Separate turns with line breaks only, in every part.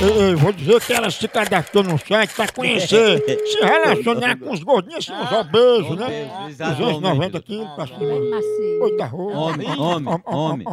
Eu, eu vou dizer que ela se cadastrou no site pra conhecer, se relacionar com os gordinhos, assim, os obesos, né?
Obeso,
Os anos
Ah, exatamente.
90 quilos pra
Homem
cima.
macio.
Oita roupa.
Homem, homem, homem.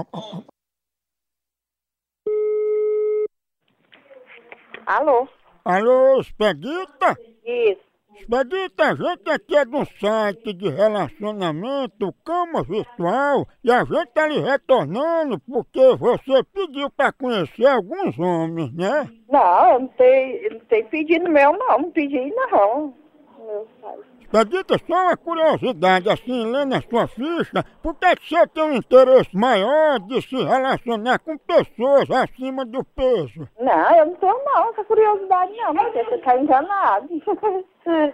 Alô?
Alô, Expedita?
Isso.
Expedita, a gente aqui é do site de relacionamento Cama Virtual e a gente tá lhe retornando porque você pediu pra conhecer alguns homens, né?
Não, eu não tenho, eu não tenho pedido meu, não. Não pedi, não. Meu pai.
Expedita, só uma curiosidade, assim, lendo a sua ficha, por que que você tem um interesse maior de se relacionar com pessoas acima do peso?
Não, eu não tenho, não. Essa curiosidade, não. Mas você tá enganado.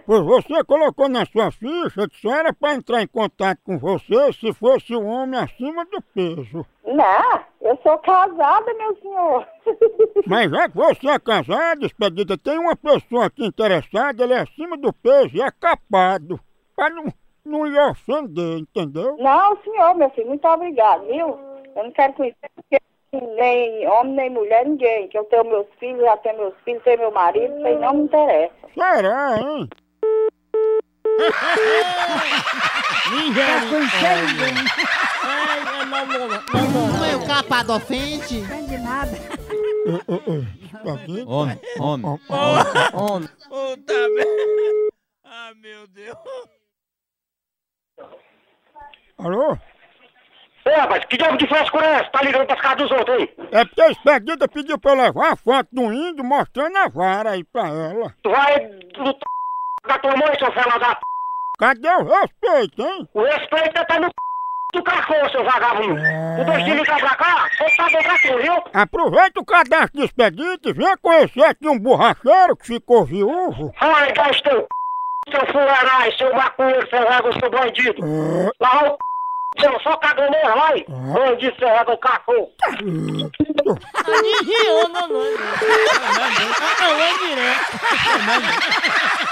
Pois você colocou na sua ficha que só era pra entrar em contato com você se fosse um homem acima do peso.
não, eu sou casada, meu senhor.
Mas já que você é casado, Expedita, tem uma pessoa aqui interessada, ele é acima do peso e é capado. Pra não, não lhe ofender, entendeu?
Não, senhor, meu filho, muito obrigado, viu? Eu não quero conhecer ninguém, nem homem, nem mulher, ninguém. Que eu tenho meus filhos, já tenho meus filhos, tenho meu marido, isso aí não me interessa.
Será, hein?
Como é o capado ofende?
Entende nada.
Ô, ô, ô, Expedita,
Homem, homem.
Homem.
Puta merda. Ah, meu Deus.
Alô?
Ô, rapaz, que diabo de frescura é essa? Tá ligando pras casas dos outros aí?
É porque a Expedita pediu pra eu levar a foto do índio mostrando a vara aí pra ela.
Tu vai no t... da tua mãe, seu fela da p...
Cadê o respeito, hein?
O respeito é tá no p... do cachorro, seu vagabundo. Não deixa de ligar pra cá, você tá bem pra tu, viu?
Aproveita o cadastro de Expedita e vem conhecer aqui um borracheiro que ficou viúvo.
Vai, gás teu p... é seu furanai, seu maconheiro, seu régua, seu bandido.
Ah,
Lá o p... seu só cagão mesmo, vai. Bandido, seu régua, cachorro.
Ninguém ama, mano.